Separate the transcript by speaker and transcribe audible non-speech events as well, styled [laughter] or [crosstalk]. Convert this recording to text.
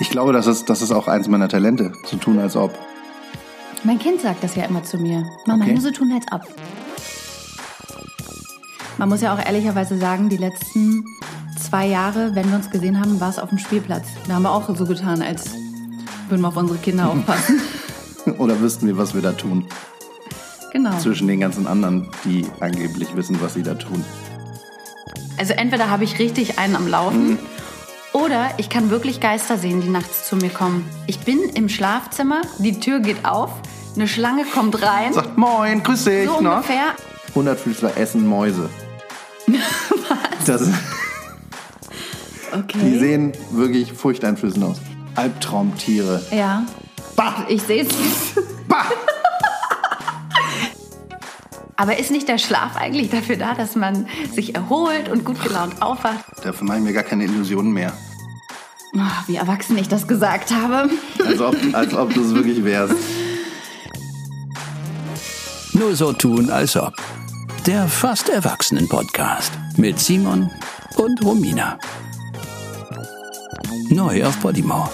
Speaker 1: Ich glaube, das ist, das ist auch eins meiner Talente, zu tun als ob. [laughs]
Speaker 2: Mein Kind sagt das ja immer zu mir. Mama,
Speaker 1: Okay.
Speaker 2: nur so tun als ob. Man muss ja auch ehrlicherweise sagen, die letzten zwei Jahre, wenn wir uns gesehen haben, war es auf dem Spielplatz. Da haben wir auch so getan, als würden wir auf unsere Kinder aufpassen.
Speaker 1: Oder wüssten wir, was wir da tun?
Speaker 2: genau.
Speaker 1: Zwischen den ganzen anderen, die angeblich wissen, was sie da tun.
Speaker 2: Also entweder habe ich richtig einen am Laufen oder ich kann wirklich Geister sehen, die nachts zu mir kommen. Ich bin im Schlafzimmer, die Tür geht auf, eine Schlange kommt rein.
Speaker 1: Sagt Moin, grüß dich.
Speaker 2: so
Speaker 1: na?
Speaker 2: ungefähr.
Speaker 1: Hundertfüßler essen
Speaker 2: [laughs]
Speaker 1: Mäuse. was? Das, die
Speaker 2: Okay.
Speaker 1: sehen wirklich furchteinflößend aus. Albtraumtiere.
Speaker 2: Ja,
Speaker 1: Bah!
Speaker 2: ich sehe es.
Speaker 1: Bah!
Speaker 2: Aber ist nicht der Schlaf eigentlich dafür da, dass man sich erholt und gut gelaunt aufwacht?
Speaker 1: Dafür mache ich mir gar keine Illusionen mehr.
Speaker 2: Ah, wie erwachsen ich das gesagt habe.
Speaker 1: Als ob, als ob du es wirklich wärst.
Speaker 3: Nur so tun, als ob. Der fast erwachsenen Podcast mit Simon und Romina. Neu auf Podimo.